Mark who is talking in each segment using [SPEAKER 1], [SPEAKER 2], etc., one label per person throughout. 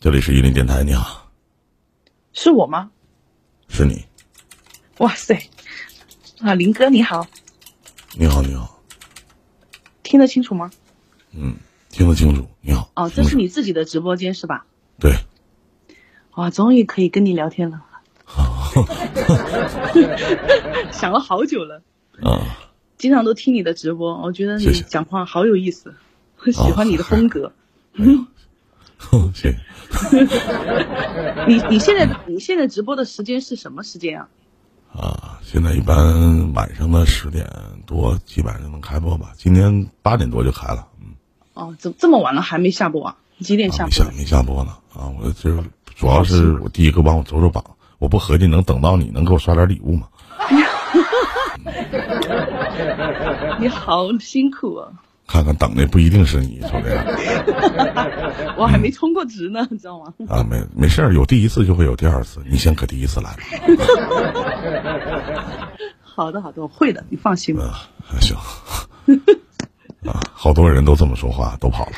[SPEAKER 1] 这里是玉林电台，你好，
[SPEAKER 2] 是我吗？
[SPEAKER 1] 是你，
[SPEAKER 2] 哇塞，啊，林哥你好，
[SPEAKER 1] 你好，你好，
[SPEAKER 2] 听得清楚吗？
[SPEAKER 1] 嗯，听得清楚，你好。
[SPEAKER 2] 哦，这
[SPEAKER 1] 听得
[SPEAKER 2] 是
[SPEAKER 1] 清
[SPEAKER 2] 你自己的直播间是吧？
[SPEAKER 1] 对，嗯
[SPEAKER 2] 哇，终于可以跟你聊 天了，想了好久了，
[SPEAKER 1] 啊，
[SPEAKER 2] 经常都听你的直播，我觉得
[SPEAKER 1] 谢
[SPEAKER 2] 你
[SPEAKER 1] 谢哦
[SPEAKER 2] 讲话好有意思，很喜欢你的 风格。
[SPEAKER 1] 哼谢谢。
[SPEAKER 2] 你你现在你现在直播的时间是什么时间啊？
[SPEAKER 1] 啊，现在一般晚上的十点多基本上就能开播吧，今天八点多就开了，嗯，
[SPEAKER 2] 哦，怎么这么晚了还没下播啊？几点
[SPEAKER 1] 啊
[SPEAKER 2] 下
[SPEAKER 1] 没
[SPEAKER 2] 播
[SPEAKER 1] 下
[SPEAKER 2] 的？
[SPEAKER 1] 没下播呢，啊，我这主要是我第一个帮我走走榜，我不合计能等到你能给我刷点礼物吗？
[SPEAKER 2] 你好辛苦啊，
[SPEAKER 1] 看看等的不一定是你，瞅这样
[SPEAKER 2] 我还没充过值呢，你知道吗？
[SPEAKER 1] 啊，没没事儿，有第一次就会有第二次，你先可第一次来吧，
[SPEAKER 2] 好的好的，我会的，你放心吧。
[SPEAKER 1] 嗯，还行， 啊，好多人都这么说话，都跑了，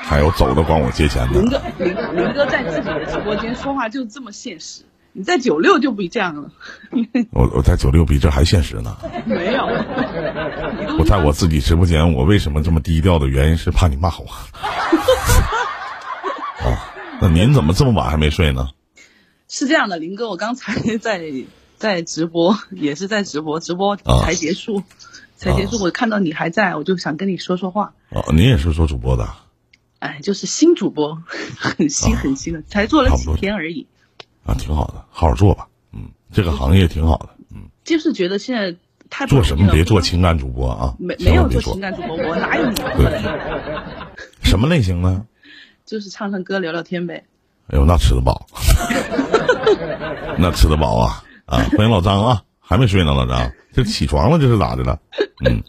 [SPEAKER 1] 还有走的管我借钱
[SPEAKER 2] 林
[SPEAKER 1] 的，
[SPEAKER 2] 哥，林林哥在自己的直播间说话就这么现实，你在九六就不这样了，
[SPEAKER 1] 我我在九六比这还现实呢。
[SPEAKER 2] 没有，你都
[SPEAKER 1] 我在我自己直播间，我为什么这么低调的原因是怕你骂我。 啊，那您怎么这么晚还没睡呢？
[SPEAKER 2] 是这样的，林哥，我刚才在在直播，也是在直播，直播
[SPEAKER 1] 啊
[SPEAKER 2] 才结束，才结束，我看到你还在，我就想跟你说说话。
[SPEAKER 1] 哦，您也是做主播的啊
[SPEAKER 2] 哎，就是新主播，很新
[SPEAKER 1] 啊
[SPEAKER 2] 很新的，才做了
[SPEAKER 1] 差不
[SPEAKER 2] 几
[SPEAKER 1] 多
[SPEAKER 2] 天而已，
[SPEAKER 1] 啊，挺好的，好好做吧。嗯，这个行业挺好的。嗯，
[SPEAKER 2] 就是觉得现在太不
[SPEAKER 1] 做什
[SPEAKER 2] 容易
[SPEAKER 1] 么
[SPEAKER 2] 了
[SPEAKER 1] 别 做情感主播啊，
[SPEAKER 2] 没没
[SPEAKER 1] 千万
[SPEAKER 2] 有
[SPEAKER 1] 别做
[SPEAKER 2] 做情。感主播，我哪有你啊这么
[SPEAKER 1] 对
[SPEAKER 2] 厉害？
[SPEAKER 1] 什么类型呢？
[SPEAKER 2] 就是唱唱歌、聊聊天呗。
[SPEAKER 1] 哎呦，那吃得饱， 那吃得饱啊啊！欢迎老张啊，还没睡呢，老张，这起床了这是咋的了？嗯，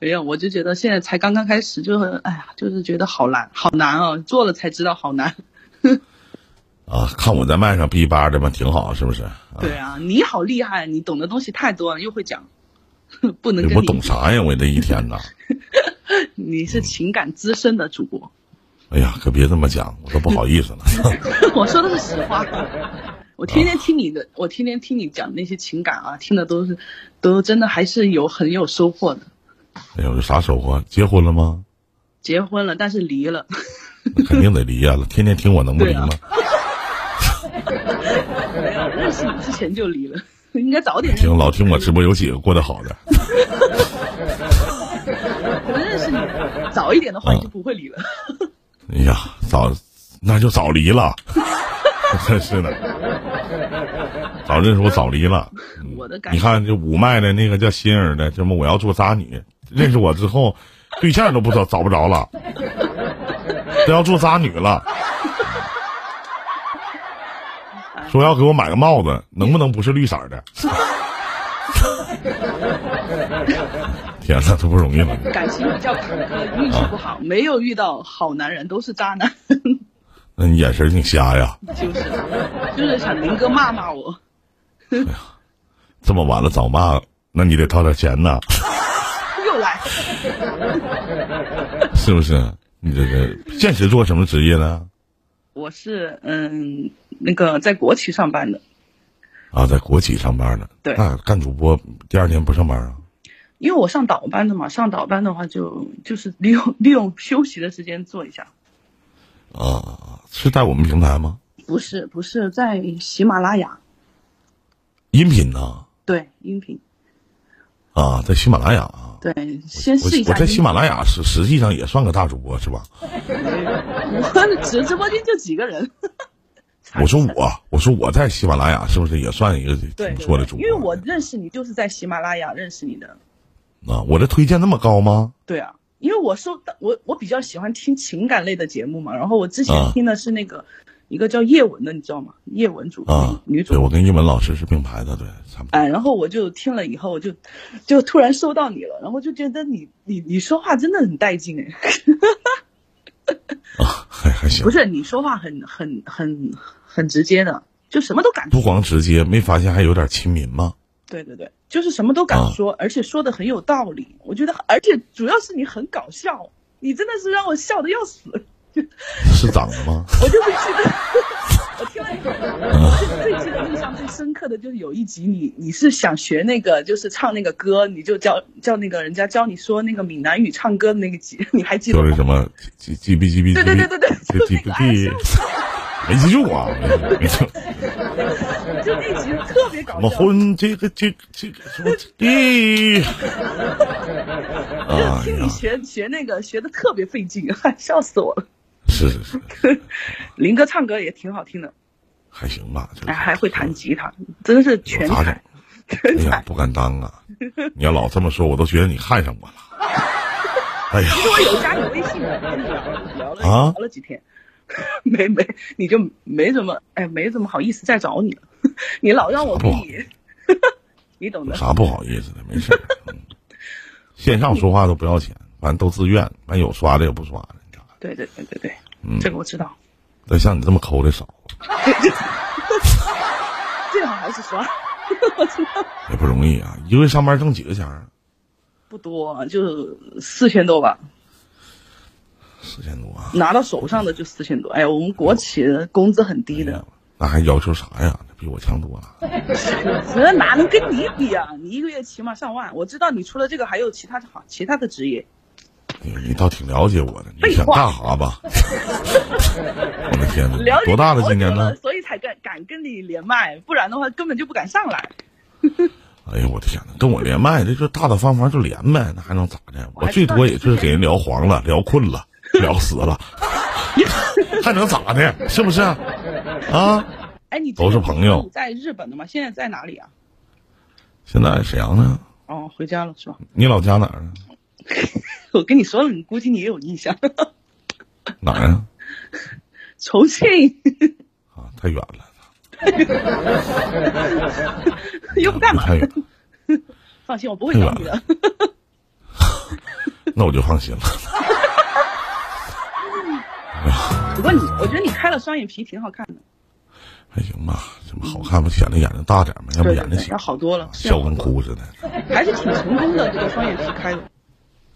[SPEAKER 2] 没有，我就觉得现在才刚刚开始，就很哎呀，就是觉得好难，好难哦，做了才知道好难。
[SPEAKER 1] 啊，看我在麦上逼吧的嘛，挺好，是不是？啊
[SPEAKER 2] 对啊，你好厉害，你懂的东西太多了，又会讲，不能跟
[SPEAKER 1] 哎我
[SPEAKER 2] 你
[SPEAKER 1] 懂啥呀？我这一天呐。
[SPEAKER 2] 你是情感资深的主播，
[SPEAKER 1] 哎呀，可别这么讲，我都不好意思了。
[SPEAKER 2] 我说的是实话。 我天天听你的，我天天听你讲那些情感啊，听的都是，都真的还是有很有收获的。
[SPEAKER 1] 哎呦，有啥收获？结婚了吗？
[SPEAKER 2] 结婚了，但是离了，
[SPEAKER 1] 那肯定得离呀、天天听我能不离吗？
[SPEAKER 2] 没有认识你之前就离了，应该早点认识
[SPEAKER 1] 听老听我直播有几个过得好的？
[SPEAKER 2] 可能认识你早一点的话，
[SPEAKER 1] 嗯
[SPEAKER 2] 你就不会离了。
[SPEAKER 1] 哎呀，早那就早离了， 真是的。早认识我早离了。嗯
[SPEAKER 2] 我的感
[SPEAKER 1] 你看这五麦的那个叫心儿的，什么我要做渣女，认识我之后，对象都不找找不着了，都要做渣女了。说要给我买个帽子，能不能不是绿色儿的？ 天哪，这不容易了。
[SPEAKER 2] 感情比较坎坷，运气不好，没有遇到好男人，都是渣男。
[SPEAKER 1] 那你眼神挺瞎呀？
[SPEAKER 2] 就是，就是想林哥骂骂我。
[SPEAKER 1] 这么晚了早骂，那你得掏点钱呐。
[SPEAKER 2] 又来，
[SPEAKER 1] 是不是？你这个现实做什么职业呢？
[SPEAKER 2] 我是嗯，那个在国企上班的，
[SPEAKER 1] 啊，在国企上班呢。
[SPEAKER 2] 对
[SPEAKER 1] 那干主播第二天不上班啊？
[SPEAKER 2] 因为我上倒班的嘛，上倒班的话就就是 利用利用休息的时间做一下。
[SPEAKER 1] 啊，是在我们平台吗？
[SPEAKER 2] 不是不是在喜马拉雅，
[SPEAKER 1] 音频呢？
[SPEAKER 2] 对音频，
[SPEAKER 1] 啊，在喜马拉雅啊。
[SPEAKER 2] 对先
[SPEAKER 1] 我
[SPEAKER 2] 试一
[SPEAKER 1] 我
[SPEAKER 2] 下
[SPEAKER 1] 在
[SPEAKER 2] 音
[SPEAKER 1] 喜
[SPEAKER 2] 频。
[SPEAKER 1] 马拉雅是实际上也算个大主播是吧？
[SPEAKER 2] 我 直直播间就几个人。
[SPEAKER 1] 我说我，我说我在喜马拉雅是不是也算一个
[SPEAKER 2] 对，
[SPEAKER 1] 挺
[SPEAKER 2] 对
[SPEAKER 1] 不错的主
[SPEAKER 2] 对
[SPEAKER 1] 播？
[SPEAKER 2] 因为我认识你就是在喜马拉雅认识你的。
[SPEAKER 1] 啊，我这推荐那么高吗？
[SPEAKER 2] 对啊，因为我收到我我比较喜欢听情感类的节目嘛，然后我之前
[SPEAKER 1] 啊
[SPEAKER 2] 听的是那个、一个叫叶文的，你知道吗？叶文主、
[SPEAKER 1] 啊，
[SPEAKER 2] 女
[SPEAKER 1] 对，
[SPEAKER 2] 主，
[SPEAKER 1] 我跟英文老师是并排的，对，差不多。
[SPEAKER 2] 哎，然后我就听了以后，我就就突然收到你了，然后就觉得你你你说话真的很带劲哎，
[SPEAKER 1] 啊，还还行
[SPEAKER 2] 不。是你说话很很很很直接的，就什么都敢
[SPEAKER 1] 不
[SPEAKER 2] 说，
[SPEAKER 1] 光直接，没发现还有点亲民吗？
[SPEAKER 2] 对对对，就是什么都敢
[SPEAKER 1] 啊
[SPEAKER 2] 说，而且说的很有道理，我觉得，而且主要是你很搞笑，你真的是让我笑的要死，
[SPEAKER 1] 是长的 吗？
[SPEAKER 2] 我就是记得，我听了一首歌，最记得印象最深刻的就是有一集你你是想学那个就是唱那个歌，你就教教那个人家教你说那个闽南语唱歌的那个集，你还记得
[SPEAKER 1] 就是
[SPEAKER 2] 吗？
[SPEAKER 1] 什么叽叽哔叽哔，
[SPEAKER 2] 对对对对对，
[SPEAKER 1] 这
[SPEAKER 2] 就
[SPEAKER 1] 几个
[SPEAKER 2] 那个
[SPEAKER 1] 地
[SPEAKER 2] 哎，
[SPEAKER 1] 没记住啊，没记住没记住。
[SPEAKER 2] 像就那集特别搞
[SPEAKER 1] 什么
[SPEAKER 2] 笑。
[SPEAKER 1] 婚这个这个这个什么地
[SPEAKER 2] 就
[SPEAKER 1] 啊
[SPEAKER 2] 听你
[SPEAKER 1] 呀，
[SPEAKER 2] 学学那个学的特别费劲，哎笑死我了。
[SPEAKER 1] 是是是，
[SPEAKER 2] 林哥唱歌也挺好听的，
[SPEAKER 1] 还行吧，这
[SPEAKER 2] 哎，还会弹吉他，真是
[SPEAKER 1] 有
[SPEAKER 2] 全
[SPEAKER 1] 啥
[SPEAKER 2] 才
[SPEAKER 1] 整，？
[SPEAKER 2] 全
[SPEAKER 1] 哎呀
[SPEAKER 2] 才，。
[SPEAKER 1] 不敢当 啊！你要老这么说，我都觉得你看上我了。哎呀，
[SPEAKER 2] 我有加你微信的，跟你聊聊了、
[SPEAKER 1] 啊
[SPEAKER 2] 聊了几天，没没，你就没怎么哎，没怎么好意思再找你了，你老让我给你， 你懂
[SPEAKER 1] 有
[SPEAKER 2] 的。
[SPEAKER 1] 啥不好意思的？没事儿、嗯线上说话都不要钱，反正都自愿，完有刷的有不刷的，你看。
[SPEAKER 2] 对对对对对，
[SPEAKER 1] 嗯
[SPEAKER 2] 这个我知道，
[SPEAKER 1] 但像你这么抠的少，
[SPEAKER 2] 最好还是刷，我知道
[SPEAKER 1] 也不容易啊！一个月上班挣几个钱儿？
[SPEAKER 2] 不多，啊就四千多吧，
[SPEAKER 1] 四千多啊！
[SPEAKER 2] 拿到手上的就四千多。哎呀，我们国企的工资很低的，
[SPEAKER 1] 那还要求啥呀？那比我强多了。
[SPEAKER 2] 这哪能跟你比啊？你一个月起码上万，我知道你除了这个还有其他的好其他的职业。
[SPEAKER 1] 你你倒挺了解我的，你
[SPEAKER 2] 废
[SPEAKER 1] 想
[SPEAKER 2] 话
[SPEAKER 1] 干啥吧？ 我的天
[SPEAKER 2] 了
[SPEAKER 1] 哪，
[SPEAKER 2] 解
[SPEAKER 1] 多大了
[SPEAKER 2] 你好
[SPEAKER 1] 今年
[SPEAKER 2] 久
[SPEAKER 1] 呢
[SPEAKER 2] 了？所以才敢敢跟你连麦，不然的话根本就不敢上来。
[SPEAKER 1] 哎呦我的天哪，跟我连麦，这就大大方方就连呗，那还能咋的？
[SPEAKER 2] 我还
[SPEAKER 1] 我最多也就是给人聊黄了、聊困了、聊死了， 还能咋的？是不是？啊，
[SPEAKER 2] 哎，你
[SPEAKER 1] 都是朋友
[SPEAKER 2] 你在日本的吗？现在在哪里啊？
[SPEAKER 1] 现在沈阳呢？
[SPEAKER 2] 哦，回家了是吧？
[SPEAKER 1] 你老家哪儿啊？
[SPEAKER 2] 我跟你说了，你估计你也有印象，
[SPEAKER 1] 哪儿啊？
[SPEAKER 2] 重庆
[SPEAKER 1] 啊，太远了，
[SPEAKER 2] 又不干嘛？
[SPEAKER 1] 太远了，
[SPEAKER 2] 放心，我不会找你的。
[SPEAKER 1] 那我就放心了。
[SPEAKER 2] 不过你，我觉得你开了双眼皮挺好看的，
[SPEAKER 1] 还行吧，这么好看不显得眼睛大点吗？要不
[SPEAKER 2] 对
[SPEAKER 1] 眼
[SPEAKER 2] 对
[SPEAKER 1] 睛
[SPEAKER 2] 对，
[SPEAKER 1] 小
[SPEAKER 2] 要，好多了，是
[SPEAKER 1] 笑跟哭似的。
[SPEAKER 2] 还是挺成功的。这个双眼皮开的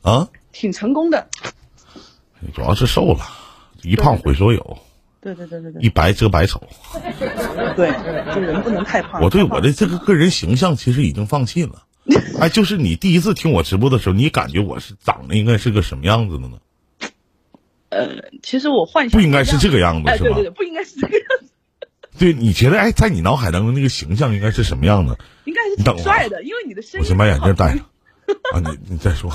[SPEAKER 1] 啊，
[SPEAKER 2] 挺成功的，
[SPEAKER 1] 主要是瘦了，一胖毁所有，
[SPEAKER 2] 对对对对对
[SPEAKER 1] 一白遮百丑。
[SPEAKER 2] 对，就人不能太胖。
[SPEAKER 1] 我对
[SPEAKER 2] 太胖
[SPEAKER 1] 我的这个个人形象其实已经放弃 了。哎，就是你第一次听我直播的时候，你感觉我是长得应该是个什么样子的呢？
[SPEAKER 2] 呃，其实我幻
[SPEAKER 1] 不
[SPEAKER 2] 想
[SPEAKER 1] 应该是这个样子
[SPEAKER 2] 哎，
[SPEAKER 1] 是
[SPEAKER 2] 对
[SPEAKER 1] 吧
[SPEAKER 2] 对？对，不应该是这个样子，
[SPEAKER 1] 对，你觉得哎，在你脑海当中那个形象应该是什么样的？
[SPEAKER 2] 应该是
[SPEAKER 1] 你等
[SPEAKER 2] 挺
[SPEAKER 1] 会儿
[SPEAKER 2] 帅的，因为你的声
[SPEAKER 1] 我
[SPEAKER 2] 音
[SPEAKER 1] 先
[SPEAKER 2] 很
[SPEAKER 1] 把眼镜戴
[SPEAKER 2] 好听。
[SPEAKER 1] 上。啊，你你再说。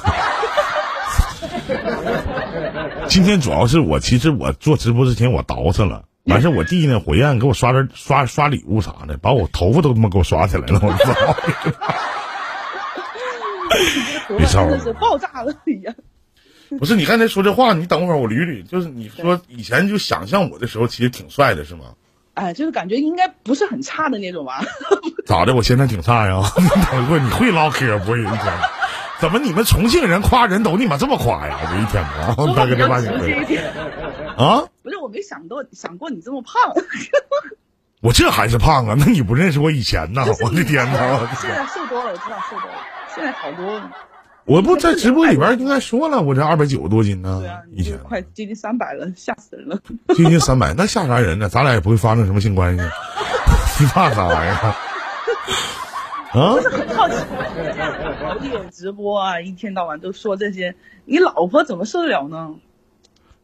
[SPEAKER 1] 今天主要是我，其实我做直播之前我捯饬了，完事儿我弟呢火焰给我刷点刷刷礼物啥的，把我头发都他妈给我刷起来了，我 操！
[SPEAKER 2] 头
[SPEAKER 1] 没
[SPEAKER 2] 发
[SPEAKER 1] 事儿
[SPEAKER 2] 真的是爆炸了一样。
[SPEAKER 1] 不是你刚才说这话，你等会儿我捋捋，就是你说以前就想象我的时候，其实挺帅的是吗？
[SPEAKER 2] 哎，就是感觉应该不是很差的那种吧？
[SPEAKER 1] 咋的？我现在挺差呀？ 等会儿你会唠嗑不？我一天， 怎么你们重庆人夸人都你妈这么夸呀？我一天
[SPEAKER 2] 说
[SPEAKER 1] 啊，
[SPEAKER 2] 话
[SPEAKER 1] 大哥
[SPEAKER 2] 比
[SPEAKER 1] 这
[SPEAKER 2] 较
[SPEAKER 1] 把你
[SPEAKER 2] 直接一点。
[SPEAKER 1] 啊。
[SPEAKER 2] 不是，我没想到想过你这么胖，
[SPEAKER 1] 我这还是胖啊？那你不认识我以前呐？
[SPEAKER 2] 就是
[SPEAKER 1] 啊我的天呐！
[SPEAKER 2] 现 在瘦多了，我知道瘦多了，现在好多了。
[SPEAKER 1] 我不在直播里边应该说了，我这二百九十多斤呢
[SPEAKER 2] 对啊，，
[SPEAKER 1] 以
[SPEAKER 2] 你
[SPEAKER 1] 前
[SPEAKER 2] 都快接近三百了，吓死人了。
[SPEAKER 1] 接近三百，那吓啥人呢？咱俩也不会发生什么性关系， 你怕啥呀？啊
[SPEAKER 2] 不，是很好奇，这样熬夜直播啊，一天到晚都说这些，你老婆怎么受得了呢？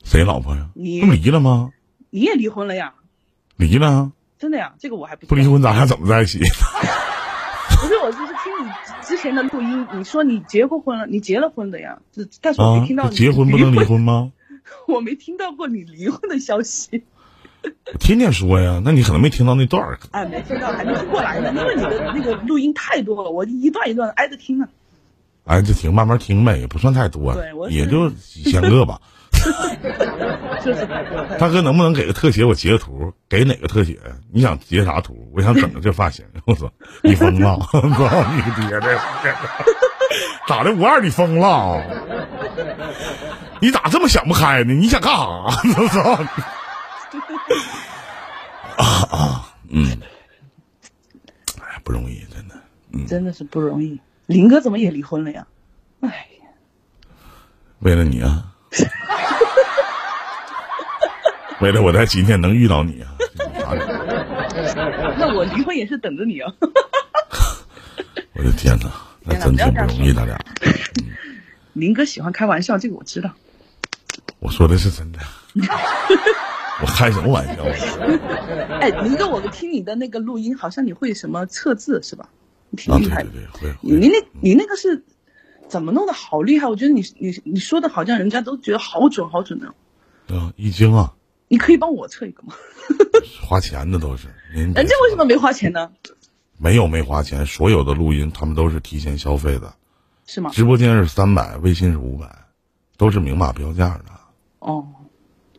[SPEAKER 1] 谁老婆呀？
[SPEAKER 2] 你
[SPEAKER 1] 不离了吗？
[SPEAKER 2] 你也离婚了呀？
[SPEAKER 1] 离了啊，
[SPEAKER 2] 真的呀？这个我还不知
[SPEAKER 1] 不
[SPEAKER 2] 道
[SPEAKER 1] 离。婚咱俩怎么在一起？
[SPEAKER 2] 不是，我就是听你之前的录音，你说你结过婚了，你结了婚的呀？这但是我
[SPEAKER 1] 啊
[SPEAKER 2] 没听到，你
[SPEAKER 1] 结婚不能
[SPEAKER 2] 离
[SPEAKER 1] 离婚吗？
[SPEAKER 2] 我没听到过你离婚的消息，
[SPEAKER 1] 我天天说呀，那你可能没听到那段儿。
[SPEAKER 2] 哎，没听到，还没听过来呢，因为你的那个录音太多了，我一段一段挨着听呢。
[SPEAKER 1] 哎，就挺慢慢听呗，也不算太多
[SPEAKER 2] 对我，是
[SPEAKER 1] 也就几千个吧。
[SPEAKER 2] 就是太多了太多
[SPEAKER 1] 大
[SPEAKER 2] 了。
[SPEAKER 1] 哥，能不能给个特写？我截个图，给哪个特写？你想截啥图？我想整个这发型。我操，你疯了！我操你爹的！ 咋的？五二你疯了？你咋这么想不开呢？你想干啥？我操！啊 啊，嗯，哎，不容易，真的。
[SPEAKER 2] 真的是不容易。林哥怎么也离婚了呀？哎呀，
[SPEAKER 1] 为了你啊，为了我在今天能遇到你啊，啥点
[SPEAKER 2] 那我离婚也是等着你哦。
[SPEAKER 1] 我的天哪，那真挺不容易，咱俩。
[SPEAKER 2] 林哥喜欢开玩笑，这个我知道。
[SPEAKER 1] 我说的是 真的，我开什么玩笑？
[SPEAKER 2] 哎，林哥，我听你的那个录音，好像你会什么测字是吧？你挺
[SPEAKER 1] 啊，
[SPEAKER 2] 厉
[SPEAKER 1] 对
[SPEAKER 2] 害
[SPEAKER 1] 对
[SPEAKER 2] 的。
[SPEAKER 1] 对，会
[SPEAKER 2] 你
[SPEAKER 1] 会。
[SPEAKER 2] 你那你那个是怎么弄的？好厉害！我觉得你你你说的好像人家都觉得好准好准的。
[SPEAKER 1] 对啊，易经啊，
[SPEAKER 2] 你可以帮我测一个吗？
[SPEAKER 1] 花钱的都是。人
[SPEAKER 2] 人家哎为什么没花钱呢？
[SPEAKER 1] 没有没花钱？所有的录音他们都是提前消费的，
[SPEAKER 2] 是吗？
[SPEAKER 1] 直播间是三百，微信是五百，都是明码标价的，
[SPEAKER 2] 哦，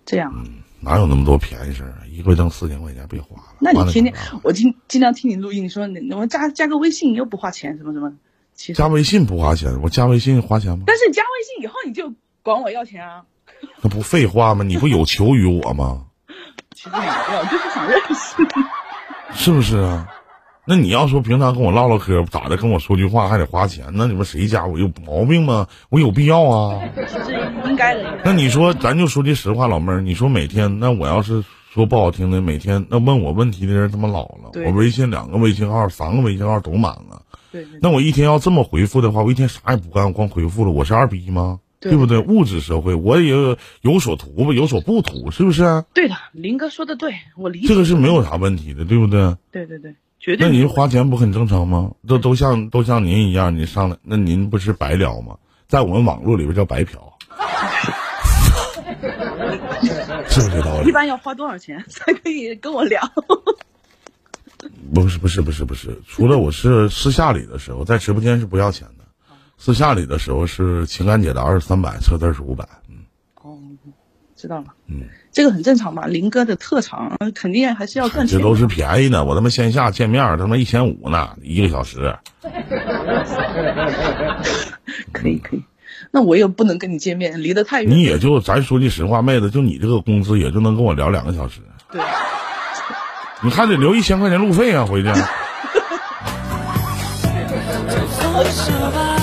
[SPEAKER 2] 这样啊。
[SPEAKER 1] 哪有那么多便宜事儿啊？一个月挣四千块钱，别花了。
[SPEAKER 2] 那你
[SPEAKER 1] 花
[SPEAKER 2] 天天
[SPEAKER 1] 干啥
[SPEAKER 2] 我尽尽量听你录音，你说你我加加个微信又不花钱什么什么的，其实
[SPEAKER 1] 加微信不花钱，我加微信花钱吗？
[SPEAKER 2] 但是你加微信以后你就管我要钱啊，
[SPEAKER 1] 那不废话吗？你不有求于我吗？
[SPEAKER 2] 其实也没有，就是想认识你。
[SPEAKER 1] 是不是啊？那你要说平常跟我唠唠嗑，咋的？跟我说句话还得花钱，那你们谁家我有毛病吗？我有必要啊？
[SPEAKER 2] 其实应该的，
[SPEAKER 1] 那你说，咱就说句实话，老妹儿，你说每天，那我要是说不好听的，每天那问我问题的人他妈老了，
[SPEAKER 2] 对
[SPEAKER 1] 我微信两个微信号、三个微信号都满了，
[SPEAKER 2] 对对对
[SPEAKER 1] 那我一天要这么回复的话，我一天啥也不干，我光回复了，我是二逼吗？
[SPEAKER 2] 对
[SPEAKER 1] 不对？物质社会，我也有有所图吧，有所不图，是不是啊？
[SPEAKER 2] 对的，林哥说的对，我理解。
[SPEAKER 1] 这个是没有啥问题的，对不对？
[SPEAKER 2] 对对对，绝
[SPEAKER 1] 那
[SPEAKER 2] 对
[SPEAKER 1] 您花钱不很正常吗？都都像都像您一样，你上来那您不是白聊吗？在我们网络里边叫白嫖，啊 是不是这道
[SPEAKER 2] 一
[SPEAKER 1] 理？
[SPEAKER 2] 般要花多少钱 才可以跟我聊？
[SPEAKER 1] 不是不是不是不是，除了我是私下里的时候，在直播间是不要钱的，私下里的时候是情感解答是三百，测字是五百。
[SPEAKER 2] 哦，知道了，
[SPEAKER 1] 嗯，
[SPEAKER 2] 这个很正常吧？林哥的特长呃肯定还是要赚
[SPEAKER 1] 这
[SPEAKER 2] 钱的。
[SPEAKER 1] 都是便宜的，我他妈线下见面儿他妈一千五呢，一个小时。
[SPEAKER 2] 可以可以，那我也不能跟你见面，离得太远。
[SPEAKER 1] 你也就咱说句实话，妹子，就你这个工资也就能跟我聊两个小时，
[SPEAKER 2] 对，
[SPEAKER 1] 啊你还得留一千块钱路费啊， 回去。
[SPEAKER 3] 放手吧，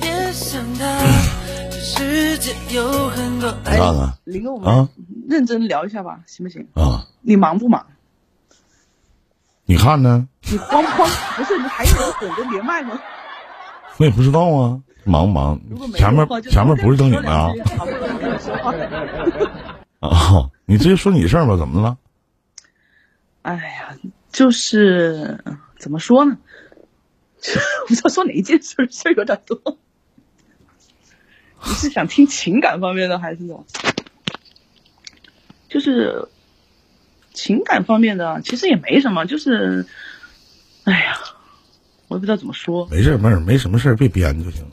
[SPEAKER 3] 别想他。这世界有很多
[SPEAKER 1] 你
[SPEAKER 3] 爱
[SPEAKER 1] 看看
[SPEAKER 2] 林哥，我们
[SPEAKER 1] 啊
[SPEAKER 2] 认真聊一下吧，行不行？
[SPEAKER 1] 啊，
[SPEAKER 2] 你忙不忙？
[SPEAKER 1] 你看呢？
[SPEAKER 2] 你慌不慌？不是，你还有人等着连麦吗？
[SPEAKER 1] 我也不知道啊，忙不忙
[SPEAKER 2] 如果？没
[SPEAKER 1] 前面
[SPEAKER 2] 的话就
[SPEAKER 1] 前面不是正经的啊
[SPEAKER 2] 说两句好不容易跟你说话。
[SPEAKER 1] 啊！你直接说你事儿吧，怎么了？
[SPEAKER 2] 哎呀，就是怎么说呢？我不知道说哪一件事儿，事儿有点多。你是想听情感方面的，还是什么？就是情感方面的，其实也没什么，就是，哎呀，我也不知道怎么说，
[SPEAKER 1] 没事儿，妹儿，没什么事儿，别编就行。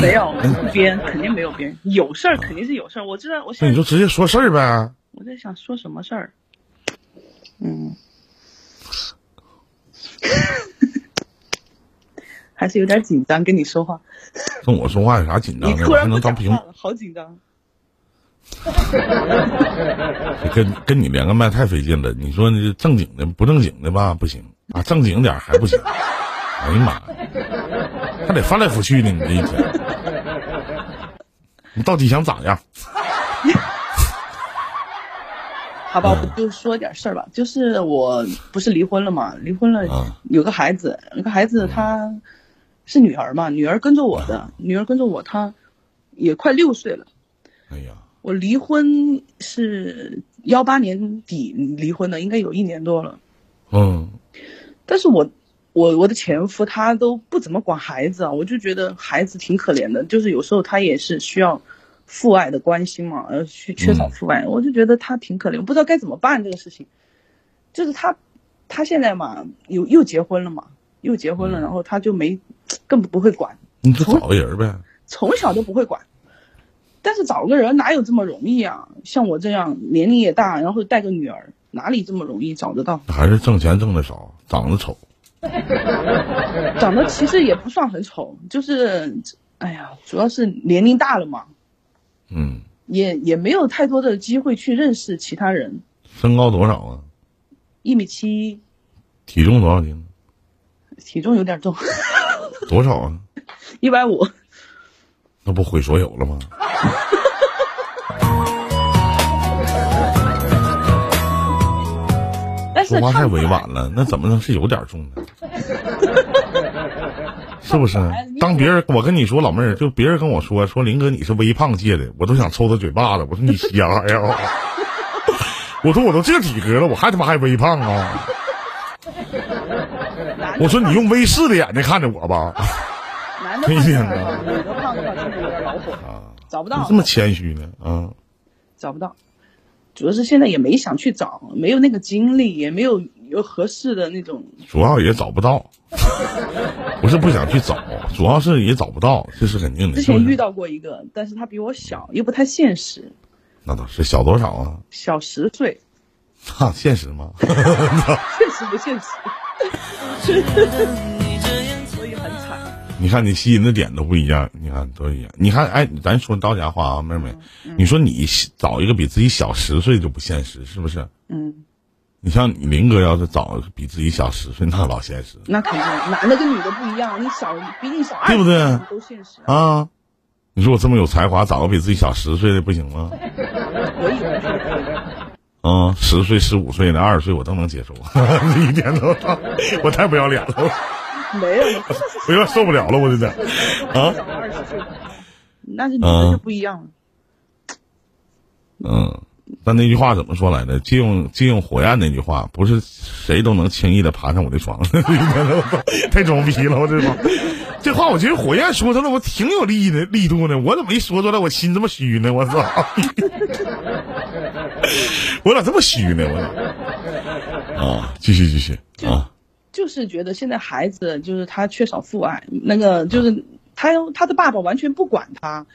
[SPEAKER 2] 没有编，肯定没有编，有事儿肯定是有事儿。我知道，我
[SPEAKER 1] 那
[SPEAKER 2] 现
[SPEAKER 1] 你
[SPEAKER 2] 在
[SPEAKER 1] 就直接说事儿呗。
[SPEAKER 2] 我在想说什么事儿，嗯，还是有点紧张跟你说话。
[SPEAKER 1] 跟我说话有啥紧张
[SPEAKER 2] 你
[SPEAKER 1] 的？
[SPEAKER 2] 突
[SPEAKER 1] 我还
[SPEAKER 2] 然不
[SPEAKER 1] 能当
[SPEAKER 2] 讲话
[SPEAKER 1] 屏
[SPEAKER 2] 了，好紧张。
[SPEAKER 1] 跟跟你连个麦太费劲了。你说你正经的不正经的吧，不行啊，正经点儿还不行。哎呀妈呀，还得翻来覆去的，你这一天，你到底想咋样？
[SPEAKER 2] 好吧，我就说点事儿吧。就是我不是离婚了嘛，离婚
[SPEAKER 1] 嗯
[SPEAKER 2] 了有个孩子，有个孩子她是女儿嘛，女儿跟着我的，女儿跟着我，她也快六岁了。
[SPEAKER 1] 哎呀，
[SPEAKER 2] 我离婚是幺八年底离婚的，应该有一年多了。
[SPEAKER 1] 嗯，
[SPEAKER 2] 但是我我我的前夫他都不怎么管孩子啊，我就觉得孩子挺可怜的，就是有时候他也是需要父爱的关心嘛，呃，缺缺少父爱，我就觉得他挺可怜，我不知道该怎么办这个事情。就是他他现在嘛，又又结婚了嘛，又结婚了，然后他就没更不会管，
[SPEAKER 1] 你就找个人呗。
[SPEAKER 2] 从小都不会管。但是找个人哪有这么容易啊？像我这样年龄也大，然后带个女儿，哪里这么容易找得到？
[SPEAKER 1] 还是挣钱挣的少，长得丑。
[SPEAKER 2] 长得其实也不算很丑，就是，哎呀，主要是年龄大了嘛，
[SPEAKER 1] 嗯，
[SPEAKER 2] 也也没有太多的机会去认识其他人。
[SPEAKER 1] 身高多少啊？
[SPEAKER 2] 一米七，
[SPEAKER 1] 体重多少斤？
[SPEAKER 2] 体重有点重，
[SPEAKER 1] 多少啊？
[SPEAKER 2] 一百五。
[SPEAKER 1] 那不毁所有了吗？
[SPEAKER 2] 是
[SPEAKER 1] 说话太
[SPEAKER 2] 唱不
[SPEAKER 1] 委
[SPEAKER 2] 来
[SPEAKER 1] 婉了，那怎么能是有点重呢？ 是不是
[SPEAKER 2] 唱不来？哎你
[SPEAKER 1] 当别人我跟你说，老妹儿，就别人跟我说说林哥你是微胖界的，我都想抽他嘴巴子。我说你瞎呀！啊 我说我都这体格了，我还他妈还微胖啊！
[SPEAKER 2] 男的
[SPEAKER 1] 我说你用微视的眼睛看着我吧，
[SPEAKER 2] 男的
[SPEAKER 1] 没
[SPEAKER 2] 胖
[SPEAKER 1] 见
[SPEAKER 2] 点
[SPEAKER 1] 着
[SPEAKER 2] 儿，女的胖点儿，确实有点恼火，找不
[SPEAKER 1] 啊你
[SPEAKER 2] 到
[SPEAKER 1] 这，么谦虚呢？啊，
[SPEAKER 2] 找不到。主要是现在也没想去找，没有那个精力，也没有有合适的那种。
[SPEAKER 1] 主要也找不 到，不是不想去找，主要是也找不到，这是肯定的。
[SPEAKER 2] 之
[SPEAKER 1] 是不
[SPEAKER 2] 前
[SPEAKER 1] 是
[SPEAKER 2] 遇到过一个，但是他比我小，又不太现实，
[SPEAKER 1] 那倒是小多少啊？
[SPEAKER 2] 小十岁，
[SPEAKER 1] 哈，现实吗？
[SPEAKER 2] 确实不现实，所
[SPEAKER 3] 所
[SPEAKER 2] 以
[SPEAKER 3] 以
[SPEAKER 2] 很
[SPEAKER 3] 很惨。
[SPEAKER 2] 惨。
[SPEAKER 1] 你看你吸引的点都不一样，你看都一样。你看，哎，咱说到家话啊，妹妹，
[SPEAKER 2] 嗯
[SPEAKER 1] 你说你找一个比自己小十岁就不现实，是不是？
[SPEAKER 2] 嗯，
[SPEAKER 1] 你像你林哥要是找一个比自己小十岁，那老现实
[SPEAKER 2] 那肯定，男的跟女的不一样，你小比你小二十
[SPEAKER 1] 对不对
[SPEAKER 2] 都现实啊，
[SPEAKER 1] 啊！你说我这么有才华，找个比自己小十岁的不行吗？
[SPEAKER 2] 可以的，可以的。
[SPEAKER 1] 啊，十岁、十五岁的、二十岁我都能接受， 一点都不，我太不要脸了，
[SPEAKER 2] 没有，你真的
[SPEAKER 1] 我
[SPEAKER 2] 是
[SPEAKER 1] 有点受不了了，我真的。啊
[SPEAKER 2] 小二十岁，那是女的就不一样了。
[SPEAKER 1] 嗯，但那句话怎么说来着？借用借用火焰那句话，不是谁都能轻易的爬上我的床。 太装逼了，我这话，这话我觉得火焰说出来我挺有力的力度呢，我怎么一说出来我心这么虚呢？我操！ 我咋这么虚呢？我咋啊，继续继续啊，
[SPEAKER 2] 就是觉得现在孩子就是他缺少父爱，那个就是他他的爸爸完全不管他，